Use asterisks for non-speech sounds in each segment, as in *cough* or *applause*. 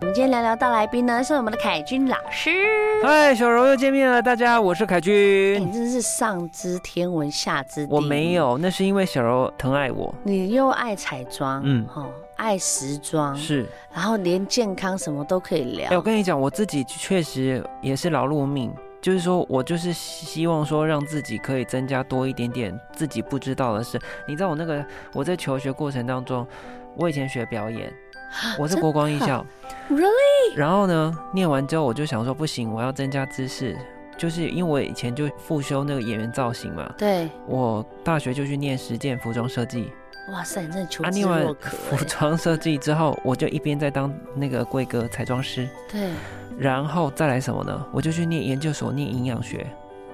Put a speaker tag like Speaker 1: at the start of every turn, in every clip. Speaker 1: 我们今天聊聊到来宾呢，是我们的凯君老师。
Speaker 2: 嗨，哎小柔又见面了，大家，我是凯
Speaker 1: 哎
Speaker 2: 君
Speaker 1: 你。真是上知天文下知地，
Speaker 2: 我没，有，那是因为小柔疼爱我。
Speaker 1: 你又爱彩妆，嗯
Speaker 2: 嗯，
Speaker 1: 哦，爱时装，
Speaker 2: 是，
Speaker 1: 然后连健康什么都可以聊。
Speaker 2: 哎、我跟你讲，我自己确实也是劳碌命，就是说我就是希望说让自己可以增加多一点点自己不知道的事。你知道我那个我在求学过程当中，我以前学表演，我是
Speaker 1: 真
Speaker 2: 国光艺
Speaker 1: 的
Speaker 2: 校，
Speaker 1: really
Speaker 2: 然后呢，念完之后我就想说不行，我要增加知识，就是因为我以前就复修那个演员造型嘛，
Speaker 1: 对，
Speaker 2: 我大学就去念实践服装设计。
Speaker 1: 哇塞，你真的求
Speaker 2: 啊，
Speaker 1: 知
Speaker 2: 念完
Speaker 1: 若
Speaker 2: *laughs*
Speaker 1: 渴、
Speaker 2: 服
Speaker 1: 哎
Speaker 2: 装设计之后，我就一边在当那个贵哥彩妆师，
Speaker 1: 对
Speaker 2: 然后再来什么呢？我就去念研究所，念营养学，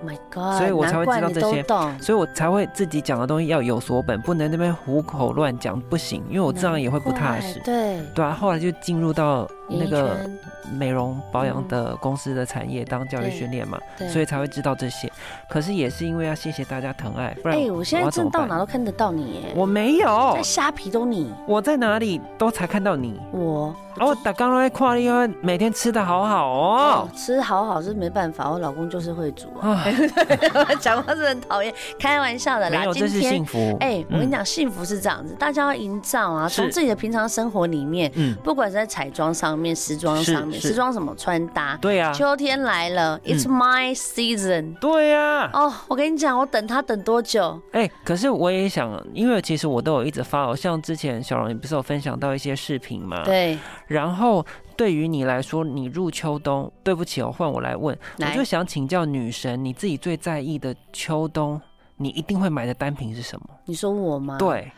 Speaker 1: ，Oh ，My God，
Speaker 2: 所以我才会知
Speaker 1: 难
Speaker 2: 道
Speaker 1: 怪你
Speaker 2: 这些
Speaker 1: 都懂。
Speaker 2: 所以我才会自己讲的东西要有所本，不能那边虎口乱讲，不行，因为我这样也会不踏实
Speaker 1: 难怪。对，
Speaker 2: 对啊，后来就进入到那
Speaker 1: 演艺
Speaker 2: 个
Speaker 1: 圈
Speaker 2: 美容保养
Speaker 1: 嗯
Speaker 2: 的公司的产业当教育
Speaker 1: 对
Speaker 2: 训练嘛，
Speaker 1: 对
Speaker 2: 所以才会知道这些。可是也是因为要谢谢大家疼爱，不
Speaker 1: 哎、
Speaker 2: 然
Speaker 1: 我现在
Speaker 2: 要怎
Speaker 1: 正
Speaker 2: 么
Speaker 1: 到哪
Speaker 2: 办？
Speaker 1: 都看得到你，哎，
Speaker 2: 我没有
Speaker 1: 在，虾皮都你，
Speaker 2: 我在哪里都才看到你。
Speaker 1: 我
Speaker 2: 哦，我打刚来看你哦，每天吃的好好哦。
Speaker 1: 吃好好是没办法，我老公就是会煮啊。
Speaker 2: 啊，
Speaker 1: *laughs* 讲话是很讨厌，开玩笑的
Speaker 2: 没
Speaker 1: 啦。
Speaker 2: 有，
Speaker 1: 今
Speaker 2: 这是
Speaker 1: 天
Speaker 2: 幸福。
Speaker 1: 哎、我跟你
Speaker 2: 嗯，
Speaker 1: 讲，幸福是这样子，大家要营造啊，
Speaker 2: 是
Speaker 1: 从自己的平常生活里面，
Speaker 2: 嗯，
Speaker 1: 不管是在彩妆上面、时装上面，
Speaker 2: 是是
Speaker 1: 时装什么穿搭，
Speaker 2: 对啊呀，
Speaker 1: 秋天来了、i t
Speaker 2: 嗯
Speaker 1: s my season。
Speaker 2: 对呀。
Speaker 1: 哦，我跟你讲，我等他等多久？
Speaker 2: 哎，可是我也想，因为其实我都有一直发哦，像之前小荣你不是有分享到一些视频嘛？。
Speaker 1: 对，
Speaker 2: 然后对于你来说，你入秋冬，对不起哦，换我来问，我
Speaker 1: 来
Speaker 2: 就想请教女神，你自己最在意的秋冬，你一定会买的单品是什么？
Speaker 1: 你说我吗？，
Speaker 2: 对，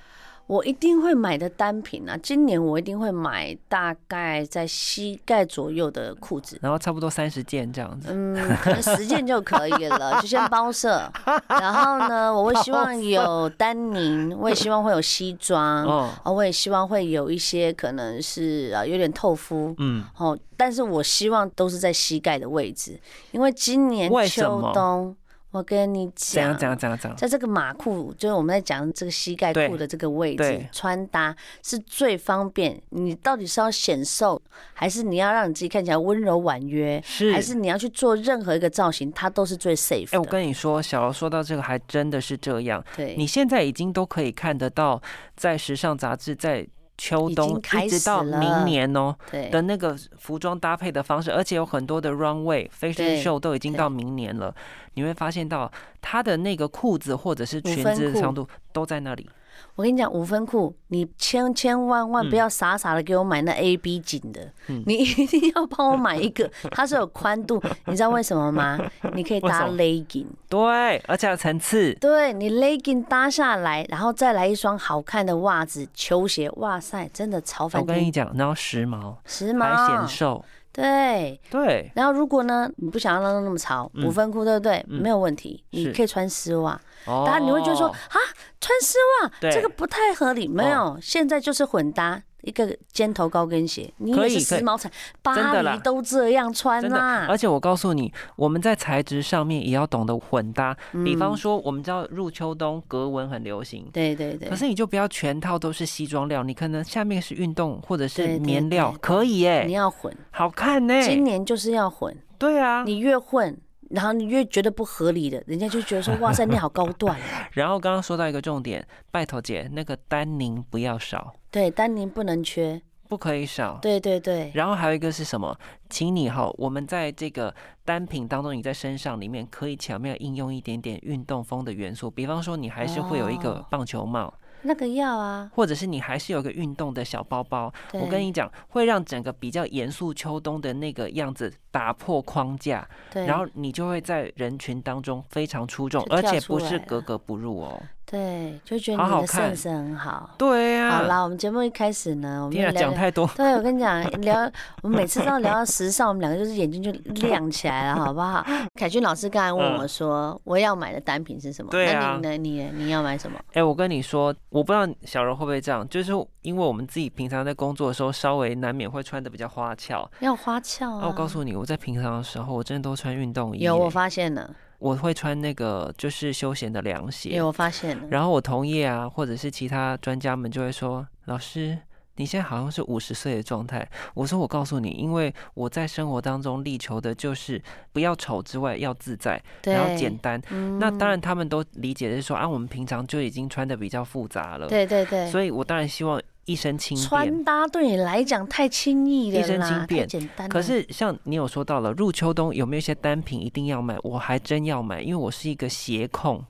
Speaker 1: 我一定会买的单品啊，今年我一定会买大概在膝盖左右的裤子。
Speaker 2: 然后差不多三十件这样子。 *laughs*
Speaker 1: 嗯，可能十件就可以了，就先包色。然后呢，我会希望有丹宁，我也希望会有西装，
Speaker 2: 哦，
Speaker 1: 哦，我也希望会有一些可能是啊有点透肤。
Speaker 2: 嗯，
Speaker 1: 哦，但是我希望都是在膝盖的位置，因为今年
Speaker 2: 为什
Speaker 1: 秋
Speaker 2: 么
Speaker 1: 冬，我跟你
Speaker 2: 怎样
Speaker 1: 讲
Speaker 2: 怎，样怎样怎样？
Speaker 1: 在这个马裤，就是我们在讲这个膝盖
Speaker 2: 对
Speaker 1: 裤的这个位置
Speaker 2: 对
Speaker 1: 穿搭是最方便。你到底是要显瘦，还是你要让你自己看起来温柔婉约？
Speaker 2: 是
Speaker 1: 还是你要去做任何一个造型，它都是最 safe
Speaker 2: 哎、我
Speaker 1: 的。
Speaker 2: 跟你说，小柔说到这个，还真的是这样。
Speaker 1: 对，
Speaker 2: 你现在已经都可以看得到，在时尚杂志在秋
Speaker 1: 已经
Speaker 2: 冬
Speaker 1: 开
Speaker 2: 一直
Speaker 1: 始
Speaker 2: 到
Speaker 1: 了
Speaker 2: 明年哦
Speaker 1: 对
Speaker 2: 的那个服装搭配的方式，而且有很多的 runway fashion
Speaker 1: 对
Speaker 2: show 都已经
Speaker 1: 对
Speaker 2: 到明年了，你会发现到它的那个裤子或者是裙
Speaker 1: 分
Speaker 2: 子的
Speaker 1: 裤
Speaker 2: 长度都在那里。
Speaker 1: 我跟你讲，五分裤，你千千万
Speaker 2: 嗯
Speaker 1: 万不要傻傻的给我买那 A B 紧的，你一定要帮我买一
Speaker 2: *laughs*
Speaker 1: 个，它是有宽度，你知道为什么吗？你可以搭
Speaker 2: 为什么
Speaker 1: legging，
Speaker 2: 对，而且还有层次。
Speaker 1: 对你 legging 搭下来，然后再来一双好看的袜子、球鞋，哇塞，真的潮
Speaker 2: 我
Speaker 1: 翻
Speaker 2: 跟你
Speaker 1: 天，
Speaker 2: 讲，然后时髦
Speaker 1: 时
Speaker 2: 还显
Speaker 1: 髦，
Speaker 2: 瘦，
Speaker 1: 对。
Speaker 2: 对，
Speaker 1: 然后如果呢，你不想要让它那么潮，
Speaker 2: 嗯
Speaker 1: 五分裤对不对？
Speaker 2: 嗯
Speaker 1: 没有问题，
Speaker 2: 是
Speaker 1: 你可以穿丝袜，
Speaker 2: 哦
Speaker 1: 当然你会觉得说啊，穿丝袜
Speaker 2: 对哦
Speaker 1: 这个不太合理。没有，现在就是混搭一个尖头高跟鞋，你
Speaker 2: 可
Speaker 1: 也
Speaker 2: 以
Speaker 1: 是时
Speaker 2: 可以
Speaker 1: 髦彩，
Speaker 2: 真
Speaker 1: 巴
Speaker 2: 的啦
Speaker 1: 黎都这样穿啊
Speaker 2: 真的，
Speaker 1: 啦
Speaker 2: 而。且我告诉你，我们在材质上面也要懂得混搭。比方
Speaker 1: 嗯
Speaker 2: 说，我们知道入秋冬格纹很流行，
Speaker 1: 对对对
Speaker 2: 可，是你就不要全套都是西装料，你可能下面是运动或者
Speaker 1: 对对
Speaker 2: 是棉料，
Speaker 1: 对
Speaker 2: 可以耶、
Speaker 1: 你要混，
Speaker 2: 好看呢、
Speaker 1: 今年就是要混，
Speaker 2: 对啊，
Speaker 1: 你越混。然后你越觉得不合理的，人家就觉得
Speaker 2: *laughs*
Speaker 1: 说：“哇塞，你好高端哦。
Speaker 2: 然后刚刚说到一个重点，拜托姐，那个丹宁不要少，”
Speaker 1: 对，丹宁不能缺。
Speaker 2: 不可以少。
Speaker 1: 对对对，
Speaker 2: 然后还有一个是什么？请你哈，我们在这个单品当中，你在身上里面可以巧妙应用一点点运动风的元素，比方说你还是会有一个
Speaker 1: 哦
Speaker 2: 棒球帽，
Speaker 1: 那个要啊。
Speaker 2: 或者是你还是有一个运动的小包包。
Speaker 1: 对
Speaker 2: 我跟你讲，会让整个比较严肃秋冬的那个样子打破框架，
Speaker 1: 对，
Speaker 2: 然后你就会在人群当中非常出众，
Speaker 1: 就
Speaker 2: 而
Speaker 1: 跳
Speaker 2: 且
Speaker 1: 出
Speaker 2: 不是
Speaker 1: 来
Speaker 2: 格格不入哦。 *laughs*
Speaker 1: 对，就觉得
Speaker 2: 好
Speaker 1: 你
Speaker 2: 好
Speaker 1: 的
Speaker 2: 看
Speaker 1: sense 很好。
Speaker 2: 对呀、
Speaker 1: 好啦，我们节目一开始呢，我们
Speaker 2: 天
Speaker 1: 要
Speaker 2: 啊，
Speaker 1: 聊
Speaker 2: 讲
Speaker 1: 聊。
Speaker 2: 太多，
Speaker 1: 对，我跟你讲，聊我们每次都聊到时尚，我们两个就是眼睛就亮起来了，好不好？凯君老师刚才问我说，我要买的单品是什么？
Speaker 2: 嗯对啊
Speaker 1: 那你呢？你你要买什么？
Speaker 2: 哎、我跟你说，我不知道小柔会不会这样，就是因为我们自己平常在工作的时候，稍微难免会穿的比较花俏。
Speaker 1: 要花俏啊！
Speaker 2: 啊，我告诉你，我在平常的时候，我真的都穿运动衣耶，
Speaker 1: 有我发现了，
Speaker 2: 我会穿那个就是休闲的凉鞋
Speaker 1: 有。我发现了。
Speaker 2: 然后我同业啊，或者是其他专家们就会说，老师。你现在好像是五十岁的状态，我说我告诉你，因为我在生活当中力求的就是不要丑之外要自在，
Speaker 1: 对，
Speaker 2: 然后简单。
Speaker 1: 嗯
Speaker 2: 那当然，他们都理解的是说啊，我们平常就已经穿的比较复杂了，
Speaker 1: 对对对，
Speaker 2: 所以我当然希望一身轻便。
Speaker 1: 穿搭对你来讲太轻易了
Speaker 2: 一身
Speaker 1: 啦，
Speaker 2: 轻便
Speaker 1: 太简单了。
Speaker 2: 可是像你有说到了，入秋冬有没有一些单品一定要买？我还真要买，因为我是一个鞋控，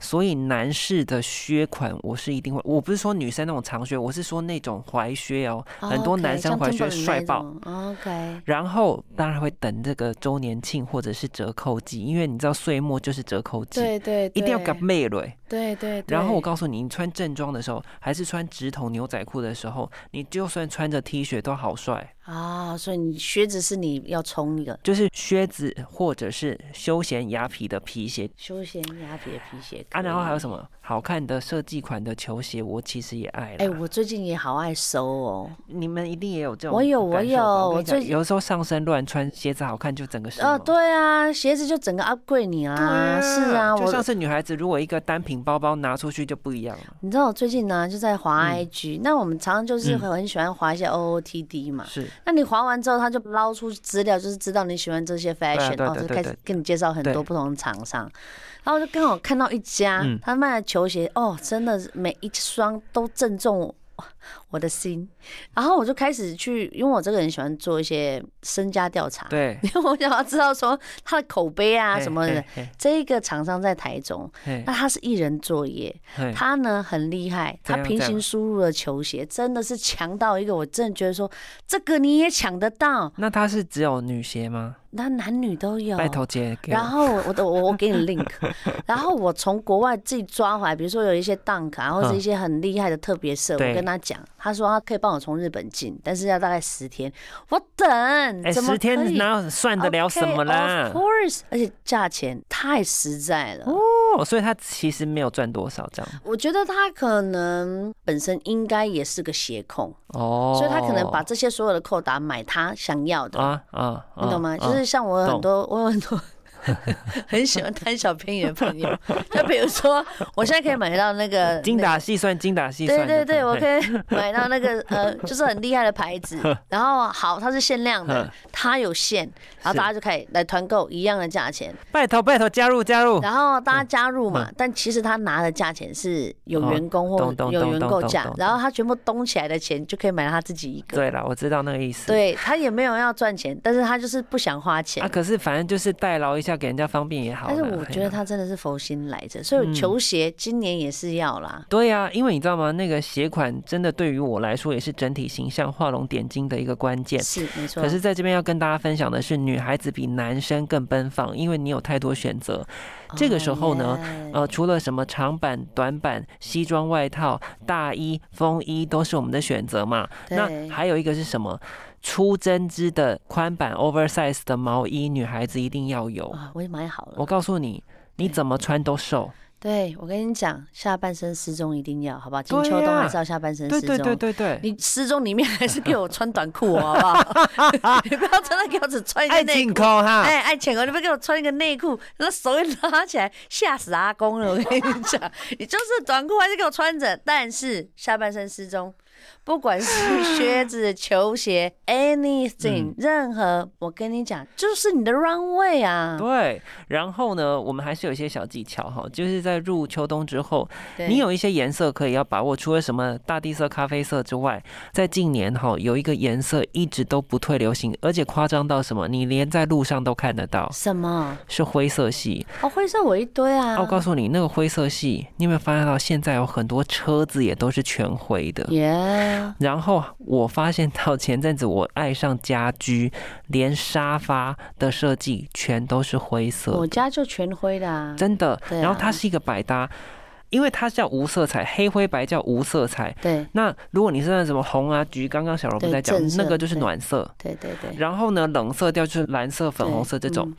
Speaker 2: 所以男士的靴款我是一定会。我不是说女生那种长靴，我是说那种踝靴哦。很多男生怀
Speaker 1: 觉
Speaker 2: 觉帅爆。
Speaker 1: OK，
Speaker 2: 然后当然会等这个周年庆或者是折扣季，因为你知道岁末就是折扣季，
Speaker 1: 对对，
Speaker 2: 一定要
Speaker 1: 对
Speaker 2: 给妹蕊。
Speaker 1: 对对。
Speaker 2: 然后我
Speaker 1: 对
Speaker 2: 告诉你，你穿正装的时候，还是穿直筒牛仔裤的时候，你就算穿着 T 恤都好帅。
Speaker 1: 啊，所以你靴子是你要冲一个
Speaker 2: 就是靴子或者是休闲雅痞的皮鞋
Speaker 1: 休闲雅痞的皮鞋
Speaker 2: 啊，然后还有什
Speaker 1: 么？
Speaker 2: 么好看的设计款的球鞋，我其实也爱了。
Speaker 1: 哎、我最近也好爱收哦。
Speaker 2: 你们一定也有这种
Speaker 1: 我有
Speaker 2: 感受吧
Speaker 1: 我有
Speaker 2: 我
Speaker 1: 我
Speaker 2: 跟你讲
Speaker 1: 最
Speaker 2: 有时候上身乱穿，鞋子好看就整个是
Speaker 1: 哦，
Speaker 2: 嘛
Speaker 1: 对啊，鞋子就整个 upgrade 你啦、
Speaker 2: 对啊
Speaker 1: 是啊，
Speaker 2: 就像
Speaker 1: 我
Speaker 2: 是女孩子，如果一个单品包包拿出去就不一样了。
Speaker 1: 你知道我最近呢、就在滑 IG，、那我们常常就是
Speaker 2: 嗯
Speaker 1: 很很喜欢滑一些 OOTD 嘛。
Speaker 2: 是，
Speaker 1: 那你滑完之后，他就捞出资料，就是知道你喜欢这些 fashion，、
Speaker 2: 对啊
Speaker 1: 哦，
Speaker 2: 对
Speaker 1: 就
Speaker 2: 对
Speaker 1: 开
Speaker 2: 对
Speaker 1: 始跟你介绍很多
Speaker 2: 对
Speaker 1: 不同的厂商。然后就刚好看到一家，
Speaker 2: 嗯
Speaker 1: 他卖的球鞋，哦，真的是每一双都正中我我的心。然后我就开始去，因为我这个人喜欢做一些身家调查，
Speaker 2: 对，
Speaker 1: *laughs* 因为我想要知道说他的口碑啊
Speaker 2: 嘿
Speaker 1: 什么的。，
Speaker 2: 嘿
Speaker 1: 这一个厂商在台中，
Speaker 2: 嘿
Speaker 1: 那他是一人作业，
Speaker 2: 嘿嘿
Speaker 1: 他呢很厉害，
Speaker 2: 怎
Speaker 1: 他
Speaker 2: 样
Speaker 1: 平
Speaker 2: 怎
Speaker 1: 行
Speaker 2: 样
Speaker 1: 输入的球鞋真的是强到一个，我真的觉得说这个你也抢得到，
Speaker 2: 那它是只有女鞋吗？
Speaker 1: 那男女都有。
Speaker 2: 拜托姐给
Speaker 1: 然
Speaker 2: 我。
Speaker 1: 后我我的我我
Speaker 2: *laughs*
Speaker 1: 给你 link，然后我从国外自己抓回来，比如说有一些 Dunk 啊，或者
Speaker 2: *laughs* 嗯
Speaker 1: 一些很厉害的特别色，我
Speaker 2: 对
Speaker 1: 跟他讲，他说他可以帮我从日本进，但是要大概十天，我等，
Speaker 2: 哎，
Speaker 1: 怎么
Speaker 2: 十
Speaker 1: 可
Speaker 2: 天
Speaker 1: 以
Speaker 2: 哪有算得了什么
Speaker 1: OK,
Speaker 2: 啦
Speaker 1: of？course，而且价钱太实在了。
Speaker 2: 哦，所以他其实没有赚多少这样。
Speaker 1: 我觉得他可能本身应该也是个鞋控，
Speaker 2: 哦，
Speaker 1: 所以他可能把这些所有的扣打买他想要的，
Speaker 2: 啊啊，
Speaker 1: 你懂吗？
Speaker 2: 啊
Speaker 1: 就是像我有很多，我有很
Speaker 2: *laughs*
Speaker 1: 多很喜欢贪小便宜的朋友，就比如说我现在可以买到那个
Speaker 2: *laughs* 啊精打细算，精打细算
Speaker 1: 对
Speaker 2: 的。
Speaker 1: 对对，我
Speaker 2: 以。
Speaker 1: 可
Speaker 2: *laughs*
Speaker 1: 以买到那个呃，就是很厉害的牌子，然后好，它是限量的
Speaker 2: 嗯，
Speaker 1: 它有限，然后
Speaker 2: 是
Speaker 1: 大家就可以来团购一样的价钱，
Speaker 2: 拜托拜托，加入加入。
Speaker 1: 然后大家加入嘛，但其实他拿的价钱是有员工
Speaker 2: 嗯哦
Speaker 1: 或
Speaker 2: 懂懂
Speaker 1: 有
Speaker 2: 懂
Speaker 1: 员
Speaker 2: 懂
Speaker 1: 购
Speaker 2: 懂
Speaker 1: 价
Speaker 2: 懂，
Speaker 1: 然后他全部东起来的钱就可以买到他自己一个。
Speaker 2: 对了，我知道那个意思。。
Speaker 1: 对他也没有要赚钱，但是他就是不想花钱
Speaker 2: 啊，。可是反正就是代劳一下，给人家方便也好啦。
Speaker 1: 但是我觉得
Speaker 2: 嘿啦。
Speaker 1: 他真的是佛心来着，所以
Speaker 2: 嗯
Speaker 1: 球鞋今年也是要啦。
Speaker 2: 对呀、因为你知道吗？那个鞋款真的对于我来说也是整体形象画龙点睛的一个关键。
Speaker 1: 是没错
Speaker 2: 可。是在这边要跟大家分享的是，女孩子比男生更奔放，因为你有太多选择。
Speaker 1: 哦
Speaker 2: 这个时候呢
Speaker 1: 呢
Speaker 2: 呃，除了什么长版、短版、西装外套、大衣、风衣都是我们的选择嘛。那还有一个是什么？粗针织的宽版 oversize 的毛衣，女孩子一定要有。
Speaker 1: 啊，我也买好了。
Speaker 2: 我告诉你，你怎么穿都瘦。
Speaker 1: 对，我跟你讲，下半身失踪一定要，好不好？金
Speaker 2: 对
Speaker 1: 秋冬还
Speaker 2: 呀
Speaker 1: 是要下半身
Speaker 2: 对
Speaker 1: 失
Speaker 2: 对对
Speaker 1: 踪。
Speaker 2: 对对。
Speaker 1: 你失踪里面还是给我穿短裤哦，好不
Speaker 2: *laughs*
Speaker 1: 好？ *laughs* 你不要真的给我只穿一个
Speaker 2: 爱
Speaker 1: 内
Speaker 2: 进
Speaker 1: 裤
Speaker 2: 口。哈，
Speaker 1: 哎，爱浅哥，你不要给我穿一个内裤，那手一拉起来，吓死阿公了！我跟你讲，
Speaker 2: *laughs*
Speaker 1: 你就是短裤还是给我穿着，但是下半身失踪，不管是靴子、球
Speaker 2: *laughs*
Speaker 1: 鞋，anything，、任
Speaker 2: 嗯
Speaker 1: 何，我跟你讲，就是你的 runway 啊。
Speaker 2: 对，然后呢，我们还是有一些小技巧哈，就是在入秋冬之后，
Speaker 1: 对
Speaker 2: 你有一些颜色可以要把握，除了什么大地色、咖啡色之外，在近年哈有一个颜色一直都不退流行，而且夸张到什么，你连在路上都看得到，
Speaker 1: 什么？
Speaker 2: 是灰色系。
Speaker 1: 哦，灰色我一堆啊。
Speaker 2: 啊我告诉你，那个灰色系，你有没有发现到现在有很多车子也都是全灰的？
Speaker 1: 耶，
Speaker 2: 然后我发现到前阵子我爱上家居，连沙发的设计全都是灰色的
Speaker 1: 我家就全灰的啊。
Speaker 2: 真的。
Speaker 1: 哦对啊
Speaker 2: 然后它是一个百搭。因为它叫无色彩，黑灰白叫无色彩。
Speaker 1: 对
Speaker 2: 那如果你是那什么红啊、橘，刚刚小柔不
Speaker 1: 对
Speaker 2: 是在讲
Speaker 1: 正，色
Speaker 2: 那个就是
Speaker 1: 对
Speaker 2: 暖色。
Speaker 1: 对对对，嗯
Speaker 2: 然后呢，冷色调就是蓝色、粉红色这种。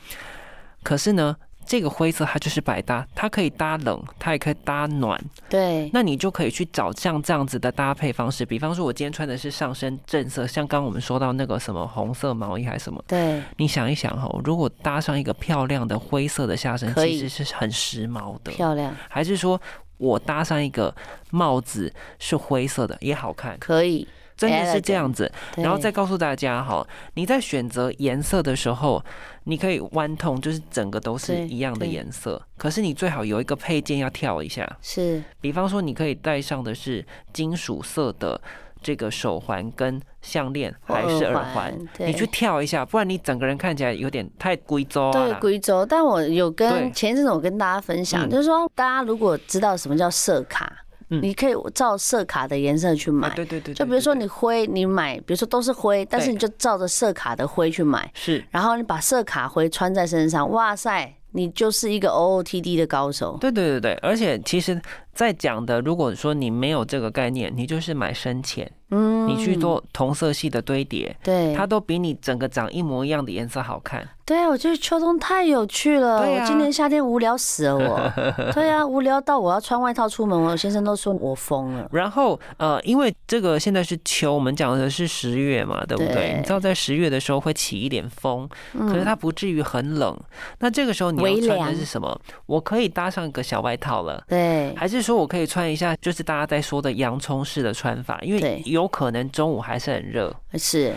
Speaker 2: 可是呢，这个灰色它就是百搭，它可以搭冷，它也可以搭暖。
Speaker 1: 对，嗯，对，
Speaker 2: 那你就可以去找像这样子的搭配方式，比方说，我今天穿的是上身正色，像刚刚我们说到那个什么红色毛衣还是什么，
Speaker 1: 对，
Speaker 2: 你想一想哈、哦如果搭上一个漂亮的灰色的下身，
Speaker 1: 可以
Speaker 2: 其实是很时髦的。
Speaker 1: 漂亮，
Speaker 2: 还是说我搭上一个帽子是灰色的也好看，
Speaker 1: 可以。
Speaker 2: 真的是这
Speaker 1: Elegant
Speaker 2: 样子。
Speaker 1: 对
Speaker 2: 然后再告诉大家哈，你在选择颜色的时候，你可以弯痛，就是整个都是
Speaker 1: 对
Speaker 2: 一样的
Speaker 1: 对
Speaker 2: 颜色。可是你最好有一个配件要跳一下，
Speaker 1: 是
Speaker 2: 比方说你可以戴上的是金属色的这个手环跟项链，还是耳环。，
Speaker 1: 对
Speaker 2: 你去跳一下，不然你整个人看起来有点太龟周啊
Speaker 1: 对
Speaker 2: 啦。
Speaker 1: 贵州，但我有
Speaker 2: 对
Speaker 1: 跟前一阵子我跟大家分享，
Speaker 2: 嗯
Speaker 1: 就是说大家如果知道什么叫色卡，
Speaker 2: 嗯
Speaker 1: 你可以照色卡的颜色去买。
Speaker 2: 啊对对对，
Speaker 1: 就比
Speaker 2: 对
Speaker 1: 如说
Speaker 2: 对
Speaker 1: 你灰，你买，比如说都是灰，但是
Speaker 2: 对
Speaker 1: 你就照着色卡的灰去买，
Speaker 2: 是
Speaker 1: 然后你把色卡灰穿在身上，哇塞，你就是一个 OOTD 的高手。
Speaker 2: 对对对对，而且其实，在讲的，如果说你没有这个概念，你就是买深浅，
Speaker 1: 嗯，
Speaker 2: 你去做同色系的堆叠，
Speaker 1: 对，
Speaker 2: 它都比你整个长一模一样的颜色好看。
Speaker 1: 对，我觉得秋冬太有趣了。
Speaker 2: 对
Speaker 1: 我
Speaker 2: 啊
Speaker 1: 今年夏天无聊死了我， *laughs* 对啊，无聊到我要穿外套出门，我先生都说我疯了。
Speaker 2: 然后呃，因为这个现在是秋，我们讲的是十月嘛，对不对？
Speaker 1: 对嗯
Speaker 2: 你知道在十月的时候会起一点风，可是它不至于很冷。那这个时候你
Speaker 1: 微
Speaker 2: 要穿
Speaker 1: 凉
Speaker 2: 的是什么？我可以搭上一个小外套了。
Speaker 1: 对，
Speaker 2: 还是说我可以穿一下，就是大家在说的洋葱式的穿法，因
Speaker 1: 对
Speaker 2: 为有可能中午还是很热，
Speaker 1: 是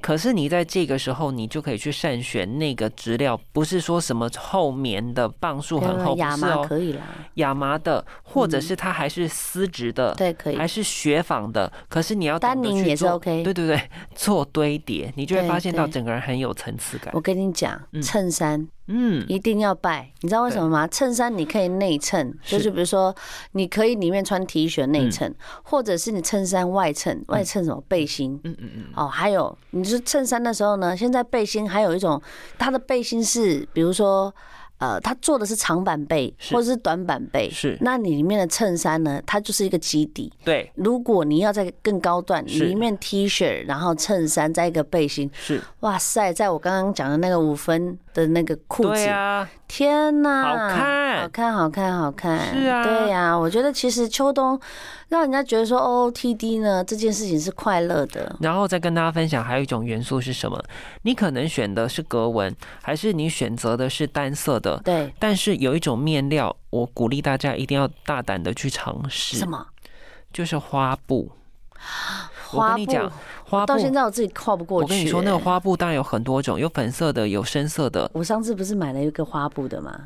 Speaker 2: 可是你在这个时候，你就可以去慎选那个质料，不是说什么厚棉的磅数很厚，不
Speaker 1: 啊亚
Speaker 2: 是
Speaker 1: 麻嗯
Speaker 2: 哦，
Speaker 1: 可以啦，
Speaker 2: 亚麻的，或者是它还是丝质的，
Speaker 1: 对，可以
Speaker 2: 还。是雪纺的。可是你要懂得
Speaker 1: 丹宁
Speaker 2: 去
Speaker 1: 也是
Speaker 2: 做
Speaker 1: OK
Speaker 2: 对对对，做堆叠，你就会
Speaker 1: 对
Speaker 2: 发现
Speaker 1: 对
Speaker 2: 到整个人很有层次感
Speaker 1: 我。跟你讲，
Speaker 2: 嗯
Speaker 1: 衬衫
Speaker 2: 嗯，
Speaker 1: 一定要拜，你知道为什么吗？衬衫你可以内衬，
Speaker 2: 是嗯
Speaker 1: 就是比如说，你可以里面穿 T 恤内衬，或者是你衬衫外衬，外衬什么背心，
Speaker 2: 嗯嗯嗯，
Speaker 1: 哦，还有你是衬衫的时候呢，现在背心还有一种，它的背心是比如说，呃，它做的是长版背
Speaker 2: 是
Speaker 1: 或者是短版背，
Speaker 2: 是
Speaker 1: 那你里面的衬衫呢，它就是一个基底。
Speaker 2: 对，
Speaker 1: 如果你要在更高段，
Speaker 2: 是
Speaker 1: 里面 T 恤，然后衬衫再一个背心，
Speaker 2: 是，
Speaker 1: 哇塞，在我刚刚讲的那个五分的那个裤
Speaker 2: 对
Speaker 1: 子，
Speaker 2: 啊，
Speaker 1: 天呐，
Speaker 2: 好看
Speaker 1: 好看，好看，好看，
Speaker 2: 是啊
Speaker 1: 对呀、我觉得其实秋冬让人家觉得说 OOTD 呢这件事情是快乐的，
Speaker 2: 然后再跟大家分享，还有一种元素是什么？你可能选的是格纹，还是你选择的是单色的？
Speaker 1: 对。
Speaker 2: 但是有一种面料，我鼓励大家一定要大胆的去尝试
Speaker 1: 什，么
Speaker 2: 就是花布。我
Speaker 1: 花
Speaker 2: 跟
Speaker 1: 布
Speaker 2: 你？讲，花布
Speaker 1: 到，现在我自己跨不过
Speaker 2: 我
Speaker 1: 去、
Speaker 2: 跟你说，那个
Speaker 1: 欸
Speaker 2: 花布当然有很多种，有粉色的，有深色的。
Speaker 1: 我上次不是买了一个花布的吗？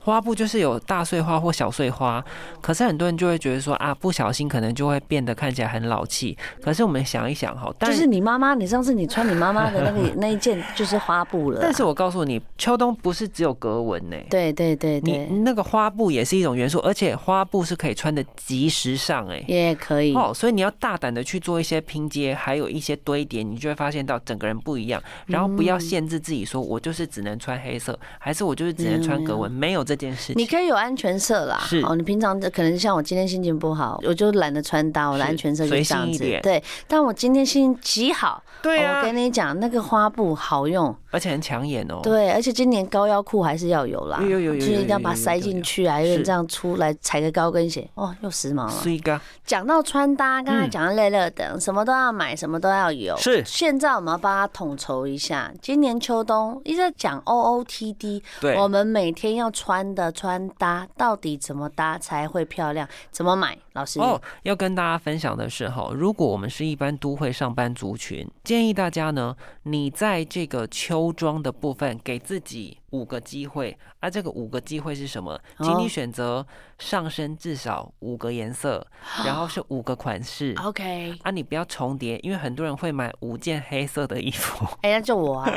Speaker 2: 花布就是有大碎花或小碎花，可是很多人就会觉得说啊，不小心可能就会变得看起来很老气。可是我们想一想哈，
Speaker 1: 就
Speaker 2: 但
Speaker 1: 是你妈妈，你上次你穿你妈妈的那
Speaker 2: *laughs*
Speaker 1: 个那一件就是花布了啊。
Speaker 2: 但是我告诉你，秋冬不是只有格纹呢、
Speaker 1: 对对对
Speaker 2: 你
Speaker 1: 对，
Speaker 2: 那个花布也是一种元素，而且花布是可以穿的极时尚哎、
Speaker 1: 也可以。
Speaker 2: 哦，所以你要大胆的去做一些拼接，还有一些堆叠，你就会发现到整个人不一样。然后不要限制自己说，我就是只能穿黑色，还是我就是只能穿格纹，没有这件事
Speaker 1: 嗯你
Speaker 2: 情。
Speaker 1: 可以有安全色啦
Speaker 2: 是，
Speaker 1: 哦，你平常可能像我今天心情不好，我就懒得穿搭，我的
Speaker 2: 是
Speaker 1: 安全色就
Speaker 2: 随
Speaker 1: 这样
Speaker 2: 性一
Speaker 1: 子。
Speaker 2: 点
Speaker 1: 对，但我今天心情极好，
Speaker 2: 对
Speaker 1: 哦
Speaker 2: 啊
Speaker 1: 我，跟你讲，那个花布好用，
Speaker 2: 而且很抢眼哦。
Speaker 1: 对，而且今年高腰裤还是要有啦，
Speaker 2: 有有有有
Speaker 1: 就是一定要
Speaker 2: 有有
Speaker 1: 把它
Speaker 2: 有
Speaker 1: 塞
Speaker 2: 有
Speaker 1: 进
Speaker 2: 有
Speaker 1: 去啊，有点
Speaker 2: 是
Speaker 1: 这样出来踩个高跟鞋，哦，又时髦了。
Speaker 2: 所以个
Speaker 1: 讲到穿搭，刚才
Speaker 2: 嗯
Speaker 1: 讲到乐乐等，什么都要买，什么都要有。
Speaker 2: 是
Speaker 1: 现在我们要帮他统筹一下，今年秋冬一直在讲 OOTD，
Speaker 2: 对
Speaker 1: 我们每天要穿的穿搭到底怎么搭才会漂亮，怎么买？老师，
Speaker 2: 哦，要跟大家分享的是哈，如果我们是一般都会上班族群，建议大家呢，你在这个秋装的部分给自己五个机会啊，这个五个机会是什么？请
Speaker 1: 哦
Speaker 2: 你选择上身至少五个颜色，然后是五个款式。
Speaker 1: 哦，OK，
Speaker 2: 啊，你不要重叠，因为很多人会买五件黑色的衣服。 *laughs*
Speaker 1: 哎，那就我啊，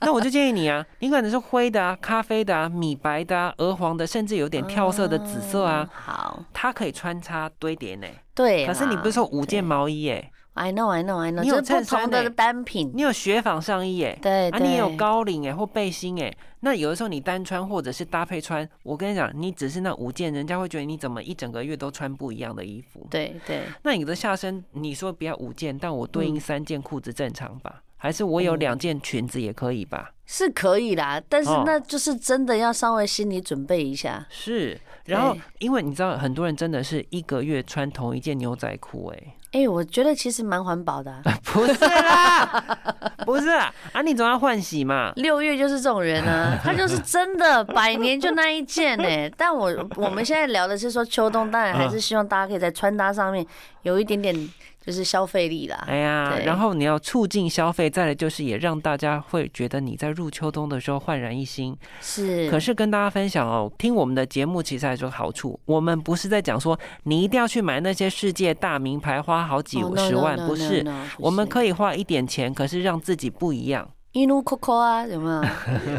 Speaker 2: 那我就建议你啊，你可能是灰的啊、咖啡的啊、米白的啊、鹅黄的，甚至有
Speaker 1: 哦
Speaker 2: 点跳色的紫色啊，
Speaker 1: 嗯好，
Speaker 2: 它可以穿插堆叠呢。
Speaker 1: 对啦，
Speaker 2: 可是你不是说五件毛衣耶、
Speaker 1: I know, I know, I know，
Speaker 2: 你有
Speaker 1: 这是不
Speaker 2: 衬衫
Speaker 1: 同的
Speaker 2: 欸
Speaker 1: 单品，
Speaker 2: 你有雪纺上衣哎、
Speaker 1: 对
Speaker 2: 啊，
Speaker 1: 对，
Speaker 2: 你也有高领哎、或背心哎、那有的时候你单穿或者是搭配穿，我跟你讲，你只是那五件，人家会觉得你怎么一整个月都穿不一样的衣服。
Speaker 1: 对对，
Speaker 2: 那你的下身，你说不要五件，但我对应
Speaker 1: 嗯
Speaker 2: 三件裤子正常吧？还是我有
Speaker 1: 嗯
Speaker 2: 两件裙子也可以吧？
Speaker 1: 是可以啦，但是
Speaker 2: 哦
Speaker 1: 那就是真的要稍微心理准备一下，
Speaker 2: 是，然后
Speaker 1: 对
Speaker 2: 因为你知道，很多人真的是一个月穿同一件牛仔裤、
Speaker 1: *laughs*
Speaker 2: 欸，
Speaker 1: 哎、我觉得其实蛮环保的
Speaker 2: *laughs*
Speaker 1: 啊、
Speaker 2: 哎，不是啦，不是啦，啊，你总要换洗嘛。
Speaker 1: 六月就是这种人啊，他就是真的百年就那一件呢、但我我们现在聊的是说秋冬，当然还是希望大家可以在穿搭上面有一点点就是消费力啦。
Speaker 2: 哎呀，
Speaker 1: 对
Speaker 2: 然后你要促进消费，再来就是也让大家会觉得你在入秋冬的时候焕然一新。
Speaker 1: 是，
Speaker 2: 可是跟大家分享哦，听我们的节目其实还有好处，我们不是在讲说你一定要去买那些世界大名牌，花好几
Speaker 1: 哦，no，
Speaker 2: 十万
Speaker 1: no，no，
Speaker 2: 不
Speaker 1: no，
Speaker 2: 是
Speaker 1: no，
Speaker 2: 我们
Speaker 1: 以
Speaker 2: 可以花一点钱，可是让自己不一样。
Speaker 1: 一路 Coco 啊，有没有？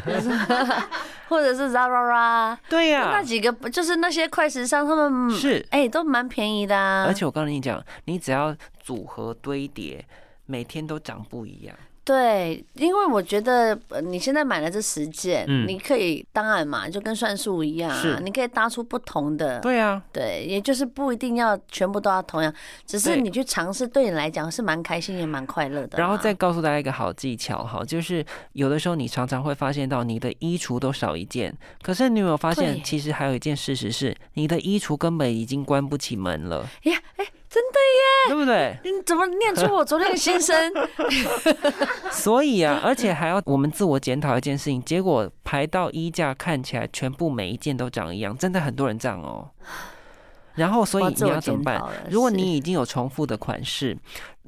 Speaker 1: 就是 *laughs* 或者是 Zara 啊，
Speaker 2: *laughs* 对呀、
Speaker 1: 那几个就是那些快时尚，他们
Speaker 2: 是。
Speaker 1: 哎、都蛮便宜的啊。
Speaker 2: 而且我告诉你讲，你只要组合堆叠，每天都长不一样。
Speaker 1: 对，因为我觉得呃你现在买了这十件，
Speaker 2: 嗯
Speaker 1: 你可以当然嘛，就跟算术一样啊
Speaker 2: 是，
Speaker 1: 你可以搭出不同的。
Speaker 2: 对啊，
Speaker 1: 对，也就是不一定要全部都要同样，只是
Speaker 2: 对
Speaker 1: 你去尝试，对你来讲是蛮开心也蛮快乐的啦。
Speaker 2: 然后再告诉大家一个好技巧哈，就是有的时候你常常会发现到你的衣橱都少一件，可是你有没有发
Speaker 1: 对
Speaker 2: 现，其实还有一件事实是，你的衣橱根本已经关不起门了，
Speaker 1: 呀，哎，真的，
Speaker 2: 对
Speaker 1: *laughs*
Speaker 2: 不对？
Speaker 1: 你怎么念出我昨天的心
Speaker 2: *laughs*
Speaker 1: 声？
Speaker 2: 所以啊，而且还要我们自我检讨一件事情，结果排到衣架看起来全部每一件都长一样，真的很多人这样哦。然后，所
Speaker 1: 我
Speaker 2: 以
Speaker 1: 要
Speaker 2: 你
Speaker 1: 自我
Speaker 2: 要怎么
Speaker 1: 检
Speaker 2: 办
Speaker 1: 讨？了。
Speaker 2: 如果
Speaker 1: 呃是
Speaker 2: 你已经有重复的款式，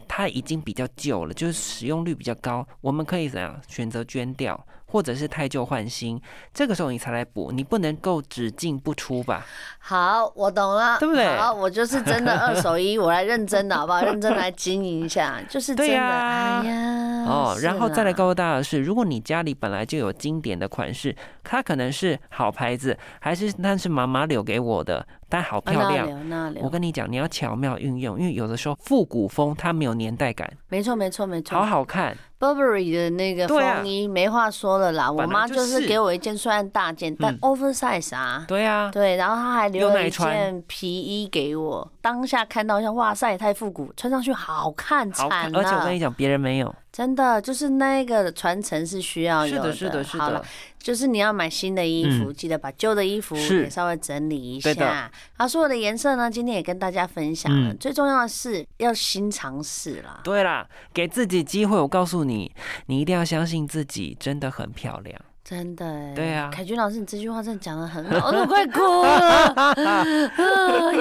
Speaker 2: 它已经比较旧了，就是使用率比较高，我们可以怎样选择捐掉，或者是太旧换新，这个时候你才来补，你不能够只进不出吧？
Speaker 1: 好，我懂了，
Speaker 2: 对不对
Speaker 1: 好，我就是真的二手
Speaker 2: *laughs*
Speaker 1: 衣，我来认真的好不好？认真地来经营一下，就是真的。
Speaker 2: 对呀
Speaker 1: 哎呀，
Speaker 2: 哦，然后
Speaker 1: 是
Speaker 2: 再来
Speaker 1: 啦
Speaker 2: 告诉大家的是，如果你家里本来就有经典的款式，它可能是好牌子，还是那是妈妈留给我的，但好
Speaker 1: 啊
Speaker 2: 漂
Speaker 1: 那
Speaker 2: 亮。
Speaker 1: 聊那
Speaker 2: 我
Speaker 1: 聊，
Speaker 2: 跟你讲，你要巧妙运用，因为有的时候复古风它没有年代感，
Speaker 1: 没错没错没错
Speaker 2: 好。好看。
Speaker 1: Burberry 的那个
Speaker 2: 对啊
Speaker 1: 风衣没话说了啦，我
Speaker 2: 本来
Speaker 1: 妈
Speaker 2: 就
Speaker 1: 就是
Speaker 2: 是
Speaker 1: 给我一件虽然大件，但
Speaker 2: 嗯
Speaker 1: oversize 啊。
Speaker 2: 对啊，
Speaker 1: 对，然后她还留
Speaker 2: 又
Speaker 1: 了
Speaker 2: 耐
Speaker 1: 一
Speaker 2: 穿
Speaker 1: 件皮衣给我，当下看到像哇塞，太复古，穿上去好看
Speaker 2: 好
Speaker 1: 惨
Speaker 2: 看。
Speaker 1: 了、
Speaker 2: 而且我跟你讲，别人没有。
Speaker 1: 真的就是那个传承是需要
Speaker 2: 是
Speaker 1: 哦有
Speaker 2: 的，是的，是
Speaker 1: 好了
Speaker 2: 的。
Speaker 1: 就是你要买新的衣服，记得把旧的衣服
Speaker 2: 是
Speaker 1: 也稍微整理一
Speaker 2: 对的
Speaker 1: 下。啊，所有的颜色呢，今天也跟大家分享了。
Speaker 2: 嗯
Speaker 1: 最重要的是要新尝试啦。
Speaker 2: 对啦，给自己机会，我告诉你，你一定要相信自己，真的很漂亮。
Speaker 1: 真的欸，
Speaker 2: 对啊
Speaker 1: 凯君老师，你这句话真的讲的很
Speaker 2: *laughs*
Speaker 1: 好，我都快哭了。啊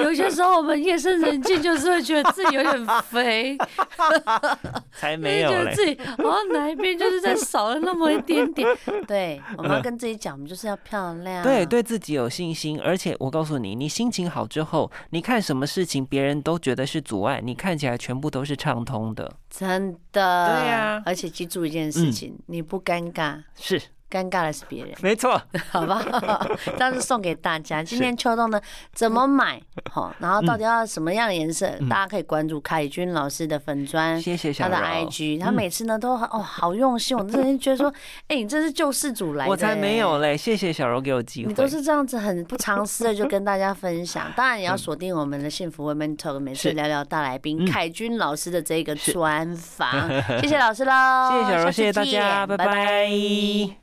Speaker 1: 有些时候我们夜深人静，就是会觉得自己有点肥，
Speaker 2: 才
Speaker 1: 就觉得自己好像哪一边就是在少了那么一点点。对，我们要跟自己讲，我们就是要漂亮。
Speaker 2: 对，对自己有信心，而且我告诉你，你心情好之后，你看什么事情别人都觉得是阻碍，你看起来全部都是畅通的。
Speaker 1: 真的。
Speaker 2: 对啊嗯
Speaker 1: 而且记住一件事情，你不尴尬，
Speaker 2: 是，
Speaker 1: 尴尬的是
Speaker 2: *laughs*
Speaker 1: 别人，
Speaker 2: 没错，
Speaker 1: 好 *laughs* 不好？这样是送给大家。今天秋冬呢，怎么买？
Speaker 2: 嗯
Speaker 1: 好，然后到底要什么样的颜色？大家可以关注凯君老师的粉砖。
Speaker 2: 嗯谢谢
Speaker 1: 他
Speaker 2: 小
Speaker 1: 的
Speaker 2: 柔。嗯
Speaker 1: IG，他每次呢都很哦好用心，我真的是觉得说，哎、你真是救世主来的、
Speaker 2: 我才没有，嘞，谢谢小柔给我机会。
Speaker 1: 你都是这样子很不藏私
Speaker 2: *laughs*
Speaker 1: 的就跟大家分享，当然也要锁定我们的幸福 Women Talk，每次
Speaker 2: 嗯是
Speaker 1: 聊聊大来宾
Speaker 2: 嗯
Speaker 1: 凯君老师的
Speaker 2: *laughs*
Speaker 1: 这个专访，谢谢老师喽，
Speaker 2: 谢谢小
Speaker 1: 下
Speaker 2: 柔，
Speaker 1: 次
Speaker 2: 谢谢大家，
Speaker 1: 见
Speaker 2: 拜拜